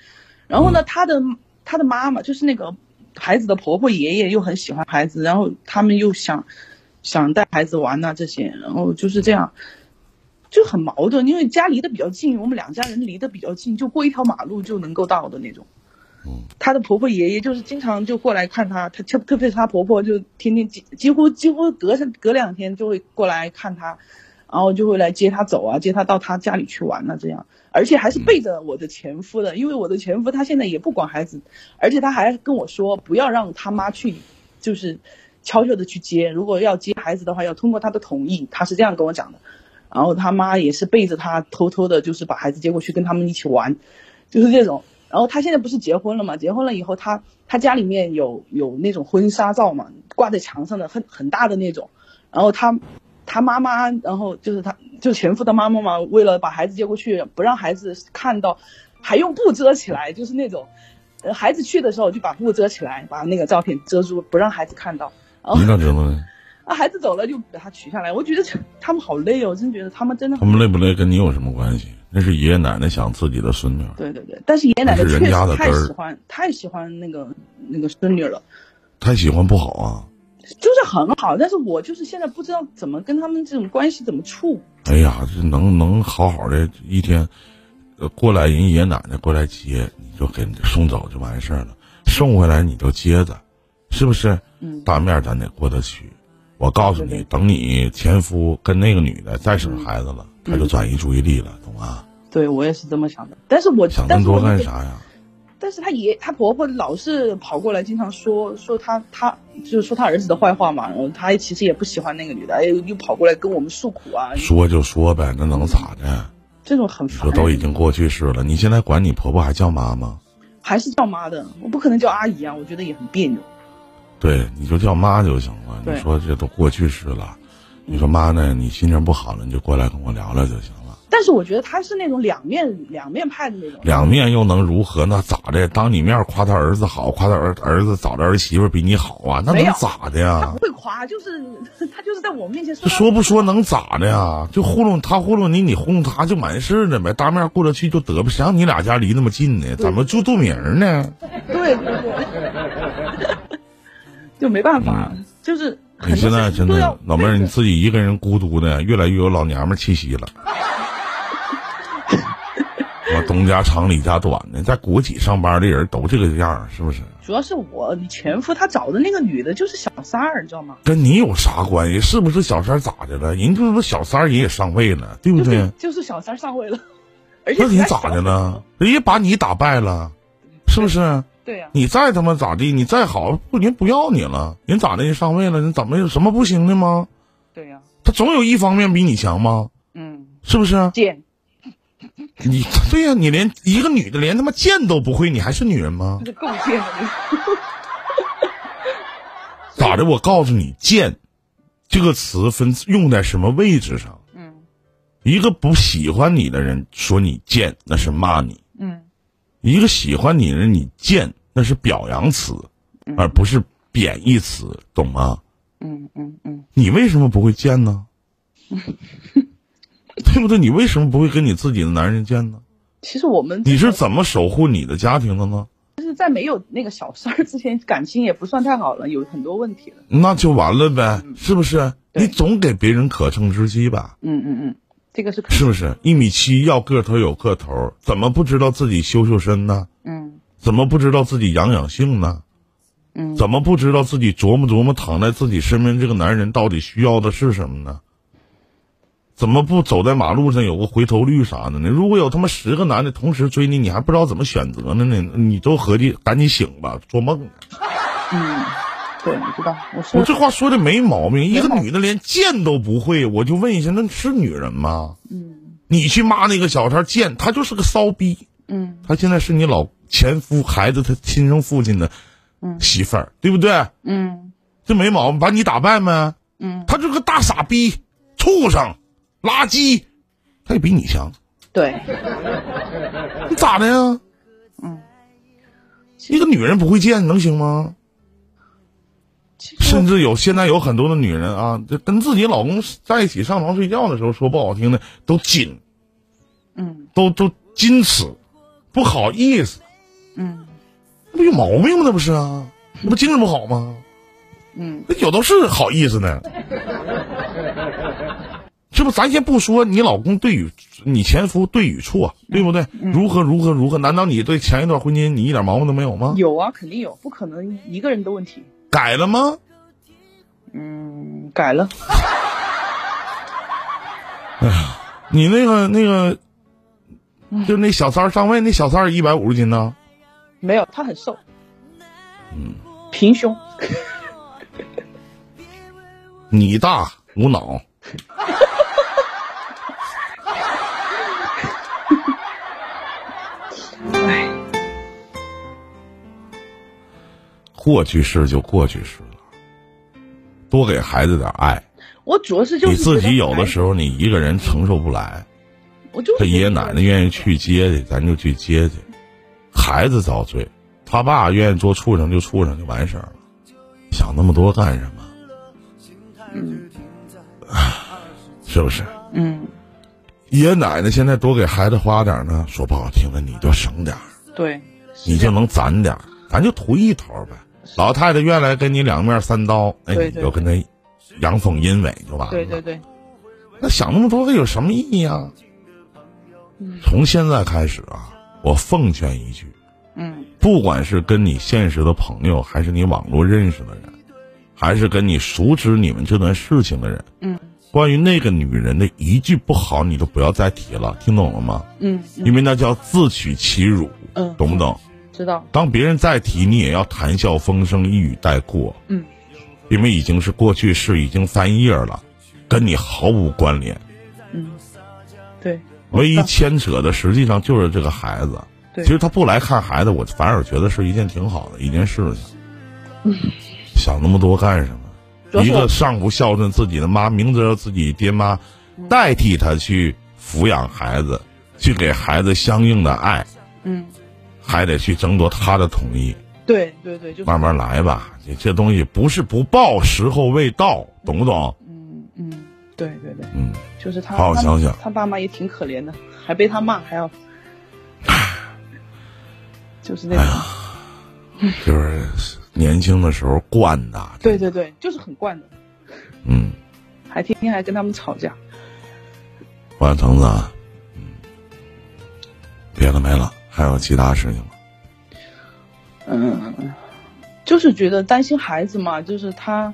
[SPEAKER 2] 然后呢，他的他的妈妈就是那个孩子的婆婆爷爷又很喜欢孩子，然后他们又想想带孩子玩呐、这些，然后就是这样。就很矛盾，因为家离得比较近，我们两家人离得比较近，就过一条马路就能够到的那种。她的婆婆爷爷就是经常就过来看她，她特特别是她婆婆就天天几几乎几乎隔上隔两天就会过来看她，然后就会来接她走啊，接她到她家里去玩啊，这样，而且还是背着我的前夫的，因为我的前夫他现在也不管孩子，而且他还跟我说不要让他妈去，就是悄悄的去接，如果要接孩子的话要通过他的同意，他是这样跟我讲的，然后他妈也是背着他偷偷的，就是把孩子接过去跟他们一起玩，就是这种。然后他现在不是结婚了嘛？结婚了以后他，他家里面有有那种婚纱照嘛，挂在墙上的很很大的那种。然后他他妈妈，然后就是他就前夫的妈妈嘛，为了把孩子接过去，不让孩子看到，还用布遮起来，就是那种，呃孩子去的时候就把布遮起来，把那个照片遮住，不让孩子看到。然后
[SPEAKER 1] 你咋知道呢？
[SPEAKER 2] 啊，孩子走了就把它取下来。我觉得这他们好累哦，真觉得他们真的
[SPEAKER 1] 他
[SPEAKER 2] 很
[SPEAKER 1] 们累不累跟你有什么关系？那是爷爷奶奶想自己的孙女儿，
[SPEAKER 2] 对对对。但是爷爷奶奶
[SPEAKER 1] 那是
[SPEAKER 2] 确
[SPEAKER 1] 人
[SPEAKER 2] 实
[SPEAKER 1] 家的
[SPEAKER 2] 太
[SPEAKER 1] 根儿
[SPEAKER 2] 喜欢太喜欢那个那个孙女了，
[SPEAKER 1] 太喜欢不好啊。
[SPEAKER 2] 就是很好。但是我就是现在不知道怎么跟他们这种关系怎么处。
[SPEAKER 1] 哎呀，这能能好好的一天，呃，过来人爷爷奶奶过来接，你就给送走就完事儿了，送回来你就接着，是不是？
[SPEAKER 2] 嗯
[SPEAKER 1] 当面咱得过得去。我告诉
[SPEAKER 2] 对对
[SPEAKER 1] 你，等你前夫跟那个女的再生孩子了，
[SPEAKER 2] 嗯
[SPEAKER 1] 他就转移注意力了，懂吗？
[SPEAKER 2] 对我也是这么想的。但是我
[SPEAKER 1] 想那
[SPEAKER 2] 但
[SPEAKER 1] 么
[SPEAKER 2] 是
[SPEAKER 1] 多
[SPEAKER 2] 我就
[SPEAKER 1] 干
[SPEAKER 2] 跟
[SPEAKER 1] 啥呀？
[SPEAKER 2] 但是她爷她婆婆老是跑过来，经常说说她她就是说她儿子的坏话嘛。然后她其实也不喜欢那个女的，哎又又跑过来跟我们诉苦啊，
[SPEAKER 1] 说就说呗，那能咋的？
[SPEAKER 2] 这种很
[SPEAKER 1] 你
[SPEAKER 2] 烦
[SPEAKER 1] 说。都已经过去式了，你现在管你婆婆还叫妈吗？
[SPEAKER 2] 还是叫妈的，我不可能叫阿姨啊，我觉得也很别扭。
[SPEAKER 1] 对，你就叫妈就行了。
[SPEAKER 2] 对嗯
[SPEAKER 1] 你说这都过去式了，你说妈呢？你心情不好了，你就过来跟我聊聊就行了。
[SPEAKER 2] 但是我觉得他是那种两面两面派的那种，
[SPEAKER 1] 两面又能如何？那咋的？当你面夸他儿子好，夸他儿儿子找的儿媳妇比你好啊，那
[SPEAKER 2] 没
[SPEAKER 1] 能
[SPEAKER 2] 有
[SPEAKER 1] 咋的
[SPEAKER 2] 他
[SPEAKER 1] 呀
[SPEAKER 2] 不？会夸，就是 他就是在我面前说
[SPEAKER 1] 这
[SPEAKER 2] 他
[SPEAKER 1] 啊说不说能咋的呀？就糊弄他糊弄你，你糊弄他就完事儿了呗。当面过得去就得呗。谁让你俩家离那么近呢？怎么就杜名儿呢？
[SPEAKER 2] 对对对， 就没办法，就是很
[SPEAKER 1] 你
[SPEAKER 2] 多
[SPEAKER 1] 现在
[SPEAKER 2] 事
[SPEAKER 1] 真
[SPEAKER 2] 情都要
[SPEAKER 1] 的老妹儿，你
[SPEAKER 2] 背着
[SPEAKER 1] 自己一个人孤独的，越来越有老娘们儿气息 了。我东家长李家短的，在国企上班的人都这个样儿，是不是？
[SPEAKER 2] 主要是我你前夫他找的那个女的就是小三儿，你知道吗？
[SPEAKER 1] 跟你有啥关系？是不是小三儿咋的了？人就是说小三儿人也上位了，对不
[SPEAKER 2] 就是、
[SPEAKER 1] 对？
[SPEAKER 2] 就是小三儿上位了，而且
[SPEAKER 1] 那你咋的了？人家把你打败了，是不是？
[SPEAKER 2] 对呀、
[SPEAKER 1] 你再他妈咋地，你再好，不人不要你了，人咋的？人上位了，人怎么有什么不行的吗？
[SPEAKER 2] 对呀、
[SPEAKER 1] 他总有一方面比你强吗？
[SPEAKER 2] 嗯，
[SPEAKER 1] 是不是？
[SPEAKER 2] 贱，
[SPEAKER 1] 你对呀、你连一个女的连他妈剑都不会，你还是女人吗？
[SPEAKER 2] 这够贱的。
[SPEAKER 1] 咋的？我告诉你，“贱”这个词分用在什么位置上？
[SPEAKER 2] 嗯
[SPEAKER 1] 一个不喜欢你的人说你贱，那是骂你；
[SPEAKER 2] 嗯
[SPEAKER 1] 一个喜欢你的人，你贱，那是表扬词，而不是贬义词，懂吗？
[SPEAKER 2] 嗯嗯嗯，
[SPEAKER 1] 你为什么不会贱呢？ 对不对？你为什么不会跟你自己的男人贱呢？
[SPEAKER 2] 其实我们
[SPEAKER 1] 你是怎么守护你的家庭的呢？
[SPEAKER 2] 就是在没有那个小三儿之前，感情也不算太好了，有很多问题了。
[SPEAKER 1] 那就完了呗，是不是？
[SPEAKER 2] 对
[SPEAKER 1] 你总给别人可乘之机吧，
[SPEAKER 2] 嗯嗯嗯，这个是可
[SPEAKER 1] 是不是？一米七要个头有个头，怎么不知道自己修修身呢？
[SPEAKER 2] 嗯
[SPEAKER 1] 怎么不知道自己养养性呢？
[SPEAKER 2] 嗯
[SPEAKER 1] 怎么不知道自己琢磨琢磨躺在自己身边这个男人到底需要的是什么呢？怎么不走在马路上有个回头率啥的呢？如果有他妈十个男的同时追你，你还不知道怎么选择呢？你你都合计赶紧醒吧，做梦呢！
[SPEAKER 2] 嗯，对，我知道，我是
[SPEAKER 1] 我这话说的没毛病，一个女的连贱都不会，我就问一下，那是女人吗？
[SPEAKER 2] 嗯
[SPEAKER 1] 你去骂那个小三儿贱，她就是个骚逼，
[SPEAKER 2] 嗯
[SPEAKER 1] 她现在是你老前夫孩子他亲生父亲的媳妇儿，对不对？
[SPEAKER 2] 嗯
[SPEAKER 1] 这没毛病，把你打败没？
[SPEAKER 2] 嗯，
[SPEAKER 1] 他就是个大傻逼、畜生、垃圾，他也比你强，
[SPEAKER 2] 对，
[SPEAKER 1] 你咋的呀？
[SPEAKER 2] 嗯，
[SPEAKER 1] 一个女人不会贱能行吗？
[SPEAKER 2] 其实
[SPEAKER 1] 甚至有现在有很多的女人啊，就跟自己老公在一起上床睡觉的时候，说不好听的都紧，
[SPEAKER 2] 嗯
[SPEAKER 1] 都都矜持，不好意思，
[SPEAKER 2] 嗯
[SPEAKER 1] 那不有毛病吗？那不是啊，那不精神不好吗？
[SPEAKER 2] 嗯
[SPEAKER 1] 那有的是好意思呢， 是不？咱先不说你老公对与你前夫对与错，对不对？
[SPEAKER 2] 嗯
[SPEAKER 1] 如何如何如何？难道你对前一段婚姻你一点毛病都没有吗？
[SPEAKER 2] 有啊，肯定有，不可能一个人的问题。
[SPEAKER 1] 改了吗？
[SPEAKER 2] 嗯，改了，
[SPEAKER 1] 你那个那个，
[SPEAKER 2] 嗯
[SPEAKER 1] 就那小三儿上位，那小三儿一百五十斤呢？
[SPEAKER 2] 没有，他很瘦，嗯，平胸，
[SPEAKER 1] 你大无脑，
[SPEAKER 2] 哎，
[SPEAKER 1] 过去式就过去式了，多给孩子点爱。
[SPEAKER 2] 我主要是就
[SPEAKER 1] 你
[SPEAKER 2] 是
[SPEAKER 1] 自己有的
[SPEAKER 2] 候，
[SPEAKER 1] 时候你一个人承受不来。
[SPEAKER 2] 我就是
[SPEAKER 1] 他爷爷奶奶愿意去接去，咱就去接去。孩子遭罪，他爸愿意做畜生就畜生就完事儿了，想那么多干什么？是不是？
[SPEAKER 2] 嗯，
[SPEAKER 1] 爷爷奶奶现在多给孩子花点儿呢，说不好听的，你就省点儿，
[SPEAKER 2] 对，
[SPEAKER 1] 你就能攒点儿，咱就图一头呗。老太太愿意来跟你两面三刀，哎，
[SPEAKER 2] 对
[SPEAKER 1] 你就跟她阳奉阴违就完了。
[SPEAKER 2] 对对对，
[SPEAKER 1] 那想那么多有什么意义啊？从现在开始啊，我奉劝一句，
[SPEAKER 2] 嗯
[SPEAKER 1] 不管是跟你现实的朋友，还是你网络认识的人，还是跟你熟知你们这段事情的人，
[SPEAKER 2] 嗯
[SPEAKER 1] 关于那个女人的一句不好，你都不要再提了，听懂了吗？
[SPEAKER 2] 嗯嗯，
[SPEAKER 1] 因为那叫自取其辱，
[SPEAKER 2] 嗯
[SPEAKER 1] 懂不懂？
[SPEAKER 2] 知道，
[SPEAKER 1] 当别人再提，你也要谈笑风生，一语带过，
[SPEAKER 2] 嗯
[SPEAKER 1] 因为已经是过去式，已经翻页了，跟你毫无关联。
[SPEAKER 2] 嗯，对
[SPEAKER 1] 唯一牵扯的实际上就是这个孩子。
[SPEAKER 2] 对
[SPEAKER 1] 其实他不来看孩子，我反而觉得是一件挺好的一件事情。 想那么多干什
[SPEAKER 2] 主
[SPEAKER 1] 么？
[SPEAKER 2] 要是
[SPEAKER 1] 一
[SPEAKER 2] 我
[SPEAKER 1] 个尚不孝顺自己的妈，明知道自己爹妈
[SPEAKER 2] 嗯
[SPEAKER 1] 代替他去抚养孩子，去给孩子相应的爱，
[SPEAKER 2] 嗯。
[SPEAKER 1] 还得去争夺他的同意。
[SPEAKER 2] 对对对，就是
[SPEAKER 1] 慢慢来吧，这这东西不是不报，时候未到，懂不懂？
[SPEAKER 2] 嗯嗯，对对对，
[SPEAKER 1] 嗯，
[SPEAKER 2] 就是他，
[SPEAKER 1] 好好
[SPEAKER 2] 他
[SPEAKER 1] 想想
[SPEAKER 2] 他爸妈也挺可怜的，还被他骂，还要，就是
[SPEAKER 1] 哎
[SPEAKER 2] 那种，
[SPEAKER 1] 就是年轻的时候惯的。
[SPEAKER 2] 对对对，就是很惯的，
[SPEAKER 1] 嗯。
[SPEAKER 2] 还天天还跟他们吵架，
[SPEAKER 1] 我说橙子，嗯，别的没了，还有其他事情吗？
[SPEAKER 2] 嗯，就是觉得担心孩子嘛，就是他。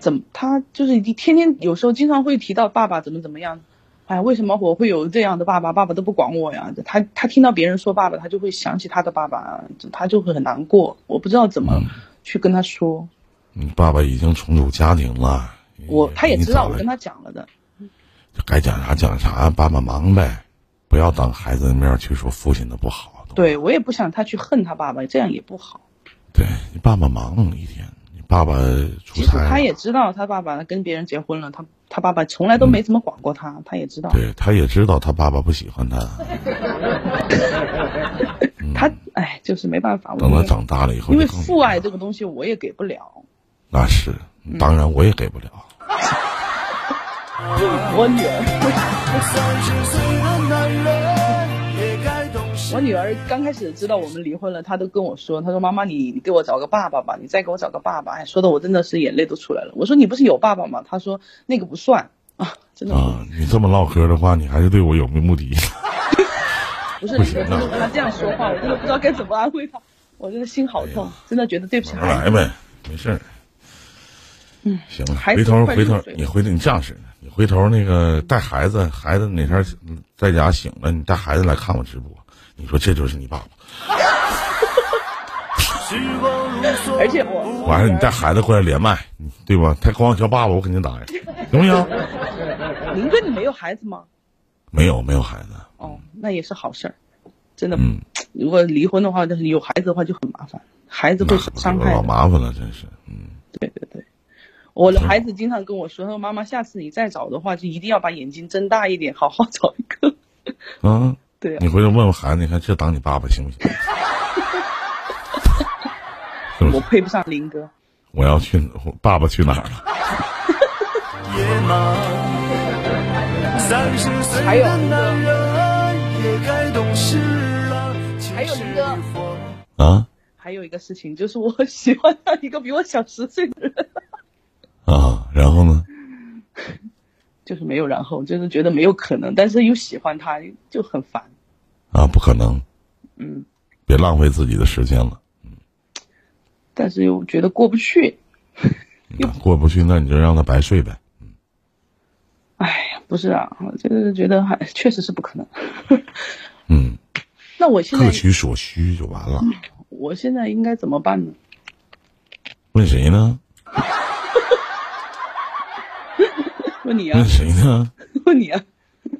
[SPEAKER 2] 怎么？他就是你天天有时候经常会提到爸爸怎么怎么样，哎，为什么我会有这样的爸爸？爸爸都不管我呀。他他听到别人说爸爸，他就会想起他的爸爸，他就会很难过。我不知道怎
[SPEAKER 1] 嗯
[SPEAKER 2] 么去跟他说。
[SPEAKER 1] 你嗯爸爸已经重组家庭了，
[SPEAKER 2] 我他也
[SPEAKER 1] 你
[SPEAKER 2] 知道
[SPEAKER 1] 咋
[SPEAKER 2] 我
[SPEAKER 1] 了
[SPEAKER 2] 跟他讲了的。
[SPEAKER 1] 该讲啥讲啥，爸爸忙呗，不要当孩子的面去说父亲的不好。懂吗
[SPEAKER 2] 对我也不想他去恨他爸爸，这样也不好。
[SPEAKER 1] 对，你爸爸忙一天，你爸爸出
[SPEAKER 2] 其实
[SPEAKER 1] 差了，
[SPEAKER 2] 他也知道他爸爸跟别人结婚了，他他爸爸从来都
[SPEAKER 1] 嗯
[SPEAKER 2] 没怎么管过他，他也知道。
[SPEAKER 1] 对，他也知道他爸爸不喜欢他。
[SPEAKER 2] 他哎，就是没办法。我
[SPEAKER 1] 等他
[SPEAKER 2] 觉得
[SPEAKER 1] 长大了以后，
[SPEAKER 2] 因为父爱这个东西我也给不了，
[SPEAKER 1] 那是，
[SPEAKER 2] 嗯
[SPEAKER 1] 当然我也给不了。
[SPEAKER 2] 我女儿。
[SPEAKER 3] 三十岁的男人也该懂事
[SPEAKER 2] 我女儿刚开始知道我们离婚了，她都跟我说：“她说妈妈，你你给我找个爸爸吧，你再给我找个爸爸。”哎，说的我真的是眼泪都出来了。我说：“你不是有爸爸吗？”她说：“那个不算啊，真的
[SPEAKER 1] 啊，你这么唠嗑的话，你还是对我有目的。
[SPEAKER 2] 不是
[SPEAKER 1] 不
[SPEAKER 2] 不
[SPEAKER 1] 行
[SPEAKER 2] 是。”
[SPEAKER 1] 啊
[SPEAKER 2] 她这样说话，我真的不知道该怎么安慰她，我真的心好
[SPEAKER 1] 哎
[SPEAKER 2] 痛，真的觉得对不起
[SPEAKER 1] 慢
[SPEAKER 2] 孩
[SPEAKER 1] 慢
[SPEAKER 2] 子
[SPEAKER 1] 来。呗，没事儿。嗯，行了，
[SPEAKER 2] 孩
[SPEAKER 1] 回
[SPEAKER 2] 子
[SPEAKER 1] 头
[SPEAKER 2] 快
[SPEAKER 1] 回
[SPEAKER 2] 六
[SPEAKER 1] 头
[SPEAKER 2] 岁
[SPEAKER 1] 你回头你这样式的，你回头那个带孩子，孩子哪天在家醒了，你带孩子来看我直播，你说这就是你爸爸。
[SPEAKER 3] 时光如梭
[SPEAKER 2] 而且我
[SPEAKER 1] 完了，你带孩子过来连麦，你对吧？他光叫爸爸，我肯定答应，行不行？
[SPEAKER 2] 林哥，你没有孩子吗？
[SPEAKER 1] 没有没有孩子，
[SPEAKER 2] 哦，那也是好事儿，真的。
[SPEAKER 1] 嗯
[SPEAKER 2] 如果离婚的话，就是有孩子的话就很麻烦，孩子
[SPEAKER 1] 那
[SPEAKER 2] 会
[SPEAKER 1] 可不是
[SPEAKER 2] 伤害
[SPEAKER 1] 老
[SPEAKER 2] 的。
[SPEAKER 1] 麻烦了，真是。嗯，
[SPEAKER 2] 对对对，我的孩子经常跟我说，他说妈妈，下次你再找的话，就一定要把眼睛睁大一点，好好找一个。
[SPEAKER 1] 啊，
[SPEAKER 2] 对啊
[SPEAKER 1] 你，回头问问孩子，你看这当你爸爸行不行？是不是？
[SPEAKER 2] 我配不上林哥。
[SPEAKER 1] 我要去我爸爸去哪儿了？
[SPEAKER 3] 野马。三十岁
[SPEAKER 2] 还有
[SPEAKER 3] 的男人也该懂事了。
[SPEAKER 2] 还有一个
[SPEAKER 1] 啊
[SPEAKER 2] 还有一个事情就是，我喜欢上一个比我小十岁的人，
[SPEAKER 1] 啊，然后呢？
[SPEAKER 2] 就是没有然后，就是觉得没有可能，但是又喜欢他，就很烦。
[SPEAKER 1] 啊，不可能，
[SPEAKER 2] 嗯，
[SPEAKER 1] 别浪费自己的时间了。
[SPEAKER 2] 但是又觉得过不去，
[SPEAKER 1] 嗯过不去，那你就让他白睡呗。
[SPEAKER 2] 哎呀，不是啊，我就是觉得还确实是不可能。
[SPEAKER 1] 嗯，
[SPEAKER 2] 那我现在
[SPEAKER 1] 各取所需就完
[SPEAKER 2] 嗯
[SPEAKER 1] 了。
[SPEAKER 2] 我现在应该怎么办呢？
[SPEAKER 1] 问谁呢？
[SPEAKER 2] 问你啊
[SPEAKER 1] 问，谁呢？
[SPEAKER 2] 问你啊，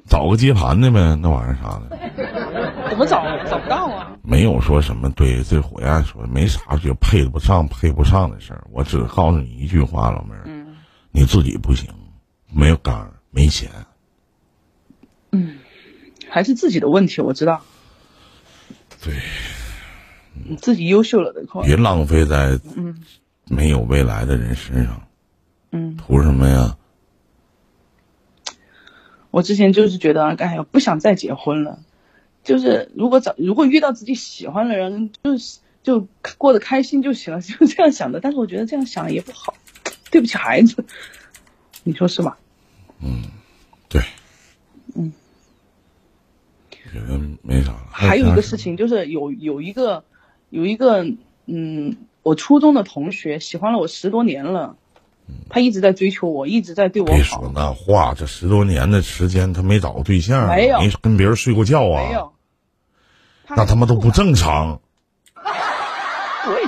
[SPEAKER 1] 找个接盘的呗，那玩意儿啥的，
[SPEAKER 2] 怎么找找不到啊？
[SPEAKER 1] 没有说什么对这火焰说没啥就配得不上配不上的事儿。我只告诉你一句话，老妹儿，
[SPEAKER 2] 嗯
[SPEAKER 1] 你自己不行，没有杆儿，没钱，
[SPEAKER 2] 还是自己的问题，我知道
[SPEAKER 1] 对，
[SPEAKER 2] 你自己优秀了的话，
[SPEAKER 1] 别浪费在没有未来的人身上，
[SPEAKER 2] 嗯，
[SPEAKER 1] 图什么呀？
[SPEAKER 2] 我之前就是觉得，哎呀，不想再结婚了。就是如果找如果遇到自己喜欢的人，就是就过得开心就行了，就是这样想的。但是我觉得这样想也不好，对不起孩子，你说是吧？
[SPEAKER 1] 对，嗯，觉得没啥了。
[SPEAKER 2] 还有一个
[SPEAKER 1] 啥
[SPEAKER 2] 事情就是有有一个有一个嗯，我初中的同学喜欢了我十多年了，他一直在追求我，一直在对我
[SPEAKER 1] 嗯别
[SPEAKER 2] 好
[SPEAKER 1] 说，那话，这十多年的时间，他没找过对象，
[SPEAKER 2] 没有
[SPEAKER 1] 跟别人睡过觉
[SPEAKER 2] 没
[SPEAKER 1] 啊，
[SPEAKER 2] 有，
[SPEAKER 1] 那他妈都不正常。
[SPEAKER 2] 我也，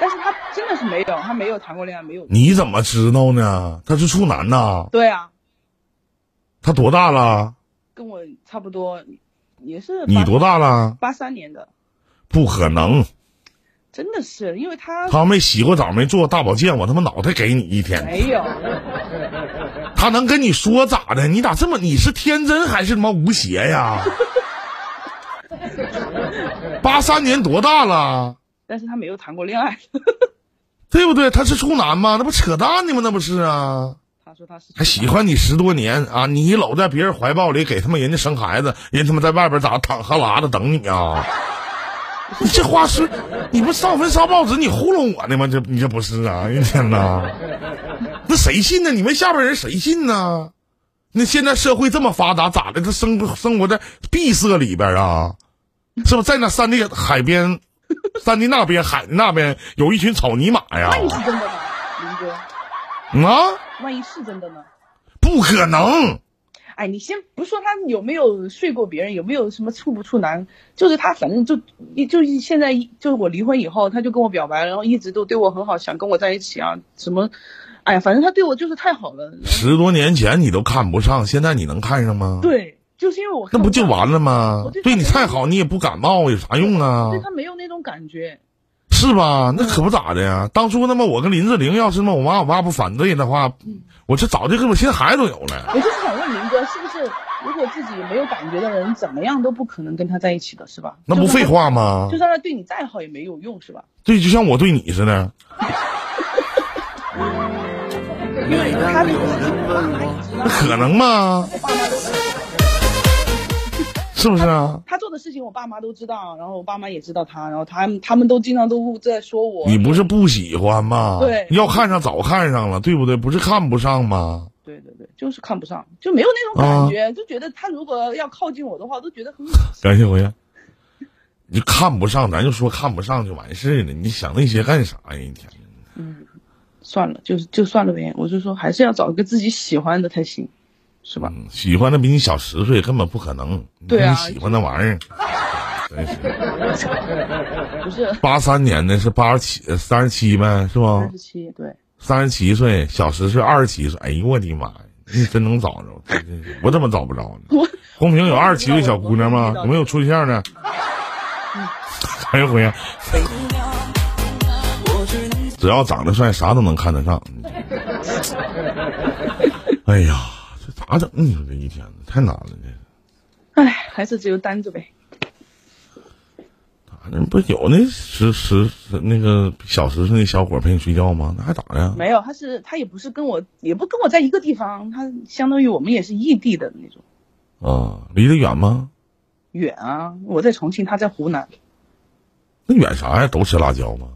[SPEAKER 2] 但是他真的是没有，他没有谈过恋爱，没有。
[SPEAKER 1] 你怎么知道呢？他是处男呐，
[SPEAKER 2] 对啊，
[SPEAKER 1] 他多大了？
[SPEAKER 2] 跟我差不多，也是
[SPEAKER 1] 你多大 了？
[SPEAKER 2] 八三年的，
[SPEAKER 1] 不可能，
[SPEAKER 2] 真的是因为他
[SPEAKER 1] 他没洗过澡，没做过大保健，我他妈脑袋给你一天，
[SPEAKER 2] 没有，
[SPEAKER 1] 他能跟你说咋的？你咋这么？你是天真还是他妈无邪 呀？八三年多大了？
[SPEAKER 2] 但是他没有谈过恋爱。
[SPEAKER 1] 对不对？他是处男吗？那不扯淡呢吗？那不是啊？
[SPEAKER 2] 他说他是
[SPEAKER 1] 还喜欢你十多年啊！你搂在别人怀抱里，给他们人家生孩子，人他妈在外边咋淌哈喇子等你啊？你这话是，你不上坟烧报纸，你糊弄我呢吗？这你这不是啊？一天呐，那谁信呢？你们下边人谁信呢？那现在社会这么发达，咋的？他生生活在闭塞里边啊？是不是在那山地海边，山地那边海那边有一群草泥马呀？
[SPEAKER 2] 万一是真的呢，林哥，
[SPEAKER 1] 嗯啊，
[SPEAKER 2] 万一是真的呢？
[SPEAKER 1] 不可能！
[SPEAKER 2] 哎，你先不说他有没有睡过别人，有没有什么处不处男，就是他反正就一就一现在就是我离婚以后，他就跟我表白，然后一直都对我很好，想跟我在一起啊，什么，哎呀，反正他对我就是太好了。然后
[SPEAKER 1] 十多年前你都看不上，现在你能看上吗？，
[SPEAKER 2] 对，就是因为我
[SPEAKER 1] 那
[SPEAKER 2] 看
[SPEAKER 1] 不
[SPEAKER 2] 上
[SPEAKER 1] 就完了吗
[SPEAKER 2] 我对？他
[SPEAKER 1] 对你太好，你也不感冒，有啥用啊
[SPEAKER 2] 对？嗯他没有那种感觉。
[SPEAKER 1] 是吧？那可不咋的呀。当初那么我跟林志玲，要是那么我妈我爸不反对的话，
[SPEAKER 2] 嗯
[SPEAKER 1] 我这早就跟我现在孩子都有了。
[SPEAKER 2] 我就是想问林哥，是不是如果自己没有感觉的人，怎么样都不可能跟他在一起的，是吧？
[SPEAKER 1] 那不
[SPEAKER 2] 就算
[SPEAKER 1] 废
[SPEAKER 2] 他，
[SPEAKER 1] 话吗
[SPEAKER 2] 就？算他对你再好也没有用，是吧？
[SPEAKER 1] 对，就像我对你似的。
[SPEAKER 2] 因为他对我是
[SPEAKER 1] 那可能吗？
[SPEAKER 2] 我爸妈都知道，
[SPEAKER 1] 是不是啊？
[SPEAKER 2] 他做的事情我爸妈都知道，然后我爸妈也知道他，然后他们他们都经常都在说我，
[SPEAKER 1] 你不是不喜欢吗？
[SPEAKER 2] 对
[SPEAKER 1] 要看上早看上了，对不对？不是看不上吗？
[SPEAKER 2] 对对对，就是看不上，就没有那种感
[SPEAKER 1] 啊
[SPEAKER 2] 觉，就觉得他如果要靠近我的话，都觉得很恶心。
[SPEAKER 1] 感谢回来。你就看不上，咱就说看不上就完事儿了。你想那些干啥呀？一天，
[SPEAKER 2] 算了，就是就算了呗，我就说还是要找一个自己喜欢的才行，是吧？
[SPEAKER 1] 嗯，喜欢的比你小十岁根本不可能。
[SPEAKER 2] 对啊
[SPEAKER 1] 你喜欢那玩意儿，真是。
[SPEAKER 2] 不是
[SPEAKER 1] 八三年的是八十七，三十七呗，是不
[SPEAKER 2] 三？十七，对，
[SPEAKER 1] 三十七岁，小十岁，二十七岁。哎呦我的妈呀！你真能找着，真是我怎么找不着呢？
[SPEAKER 2] 我
[SPEAKER 1] 红平有二十七岁小姑娘吗？有没有处对象的？还有回来，只要长得帅，啥都能看得上。哎呀，这咋整？你说这一天太难了，这
[SPEAKER 2] 唉，还是只有单着呗。
[SPEAKER 1] 咋整？啊不有那十十十那个小十岁的小伙陪你睡觉吗？那还咋的？
[SPEAKER 2] 没有，他是他也不是跟我，也不跟我在一个地方，他相当于我们也是异地的那种，
[SPEAKER 1] 啊，离得远吗？
[SPEAKER 2] 远啊，我在重庆，他在湖南，
[SPEAKER 1] 那远啥呀？都吃辣椒吗？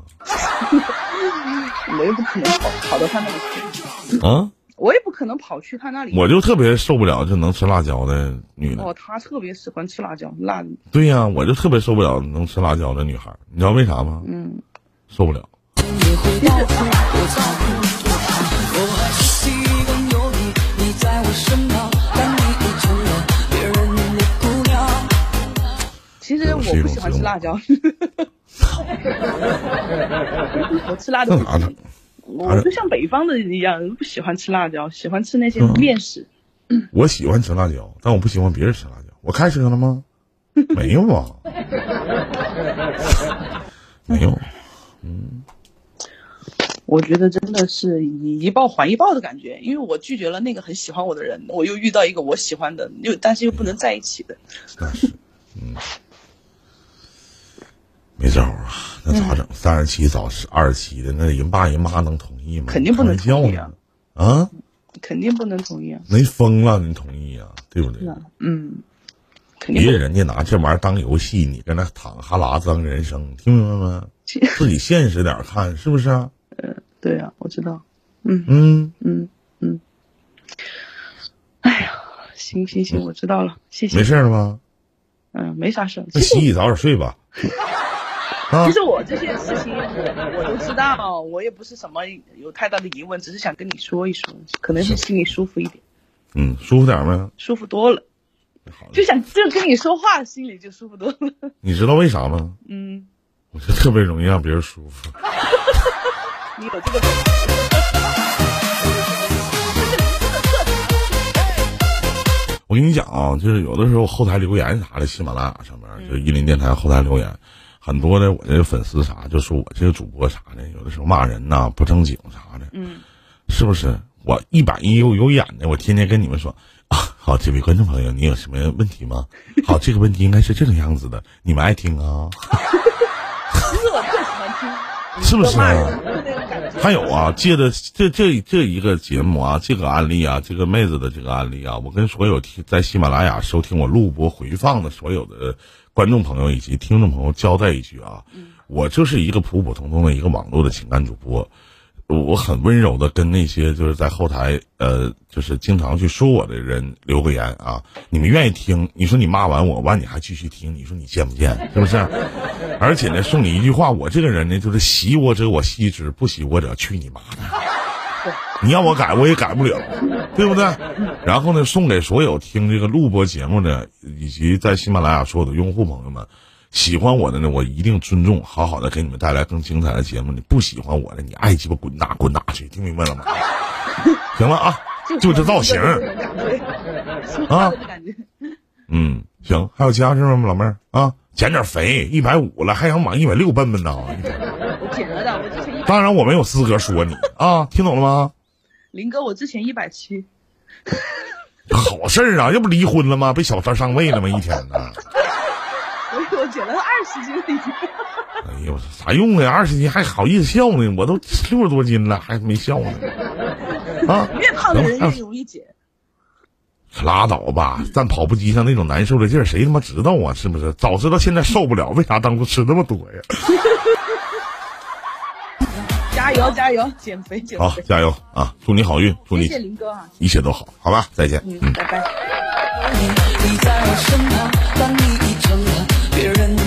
[SPEAKER 2] 我也不可能跑跑到他那里去，
[SPEAKER 1] 啊，
[SPEAKER 2] 我也不可能跑去他那里。
[SPEAKER 1] 我就特别受不了这能吃辣椒的女的。
[SPEAKER 2] 哦，他特别喜欢吃辣椒，辣，
[SPEAKER 1] 对呀、我就特别受不了能吃辣椒的女孩儿，你知道为啥吗？
[SPEAKER 2] 嗯，
[SPEAKER 1] 受不了。
[SPEAKER 3] 我还是习惯有你，你在我身旁，但你已成了别人的姑娘。
[SPEAKER 2] 其实我不喜欢吃辣 椒，我吃辣的
[SPEAKER 1] 那
[SPEAKER 2] 不
[SPEAKER 1] 咋整
[SPEAKER 2] 行，？我就像北方的一样，不喜欢吃辣椒，喜欢吃那些面食。
[SPEAKER 1] 我喜欢吃辣椒，但我不喜欢别人吃辣椒。我开车了 吗？没有啊，没有。
[SPEAKER 2] 我觉得真的是以一报还一报的感觉，因为我拒绝了那个很喜欢我的人，我又遇到一个我喜欢的，又但是又不能在一起的。
[SPEAKER 1] 那是，嗯，没招儿啊，那咋
[SPEAKER 2] 嗯
[SPEAKER 1] 整？三十七找二十七的，那人爸人妈能同意吗？
[SPEAKER 2] 肯定不能
[SPEAKER 1] 开玩
[SPEAKER 2] 同意
[SPEAKER 1] 笑
[SPEAKER 2] 啊
[SPEAKER 1] 呢！啊，
[SPEAKER 2] 肯定不能同意啊。
[SPEAKER 1] 那疯了，你同意啊？对不对？
[SPEAKER 2] 嗯，肯定
[SPEAKER 1] 别
[SPEAKER 2] 不
[SPEAKER 1] 人家拿这玩意儿当游戏，你跟那躺哈喇子当人生，听明白没？自己现实点儿看，是不是啊？
[SPEAKER 2] 对啊，我知道。
[SPEAKER 1] 嗯，
[SPEAKER 2] 嗯嗯。哎呀，行行行，我知道了，谢谢。
[SPEAKER 1] 没事了吗？
[SPEAKER 2] 嗯，没啥事儿。
[SPEAKER 1] 那
[SPEAKER 2] 其实
[SPEAKER 1] 洗洗早点睡吧。啊
[SPEAKER 2] 其，实我这些事情我我都知道，我也不是什么有太大的疑问，只是想跟你说一说，可能是心里舒服一点，
[SPEAKER 1] 嗯，舒服点儿没？
[SPEAKER 2] 舒服多了，
[SPEAKER 1] 好
[SPEAKER 2] 就想就跟你说话，心里就舒服多了。
[SPEAKER 1] 你知道为啥吗？
[SPEAKER 2] 嗯，
[SPEAKER 1] 我就特别容易让别人舒服。
[SPEAKER 2] 你有这个。
[SPEAKER 1] 我跟你讲啊，就是有的时候后台留言啥的，喜马拉雅上面
[SPEAKER 2] 嗯
[SPEAKER 1] 就伊林电台后台留言，很多的我这个粉丝啥就说我这个主播啥的，有的时候骂人呐、不正经啥的，
[SPEAKER 2] 嗯，
[SPEAKER 1] 是不是？我一板一有有眼的，我天天跟你们说啊，好，这位观众朋友，你有什么问题吗？ 好，这个问题应该是这个样子的，你们爱听啊，
[SPEAKER 2] 其实我特喜欢听，
[SPEAKER 1] 是不是
[SPEAKER 2] 骂
[SPEAKER 1] 啊
[SPEAKER 2] 人的那种感觉。
[SPEAKER 1] 还有啊，借着这这这一个节目啊，这个案例啊，这个妹子的这个案例啊，我跟所有听在喜马拉雅收听我录播回放的所有的观众朋友以及听众朋友交代一句啊，我就是一个普普通通的一个网络的情感主播，我很温柔的跟那些就是在后台呃，就是经常去说我的人留个言啊，你们愿意听？你说你骂完我完，你还继续听，你说你贱不贱？是不是？而且呢，送你一句话，我这个人呢，就是习我者我习之，不习我者去你妈的。你让我改我也改不了，对不对？然后呢，送给所有听这个录播节目的以及在喜马拉雅所有的用户朋友们，喜欢我的呢，我一定尊重，好好的给你们带来更精彩的节目。你不喜欢我的，你爱鸡巴滚哪滚哪去，听明白 了吗？行了啊，就这造型，
[SPEAKER 2] 感觉，啊，感觉，
[SPEAKER 1] 嗯，行，还有其他事儿吗，老妹儿啊？减点肥，一百五了，还想往一百六奔奔呢？
[SPEAKER 2] 我减了的，我之前一
[SPEAKER 1] 当然，我没有资格说你啊，听懂了吗？
[SPEAKER 2] 林哥，我之前一百七，
[SPEAKER 1] 好事儿啊，这不离婚了吗？被小三上位了吗？一天呢？
[SPEAKER 2] 我以为我减了二十斤了已经。
[SPEAKER 1] 哎呦，啥用啊？二十斤还好意思笑呢？我都六十多斤了，还没 笑呢。啊，哎
[SPEAKER 2] 越胖的人越容易减。
[SPEAKER 1] 拉倒吧！站跑步机上那种难受的劲儿，谁他妈知道啊？是不是？早知道现在受不了，为啥当初吃那么多呀？
[SPEAKER 2] 加油加油，减肥减
[SPEAKER 1] 好，
[SPEAKER 2] 肥。
[SPEAKER 1] 加油啊！祝你好运，祝
[SPEAKER 2] 谢
[SPEAKER 1] 你
[SPEAKER 2] 谢林哥啊，
[SPEAKER 1] 一切都好，好吧？再见。
[SPEAKER 2] 嗯，拜拜。
[SPEAKER 3] 你，你在我身旁，但你已成了别人。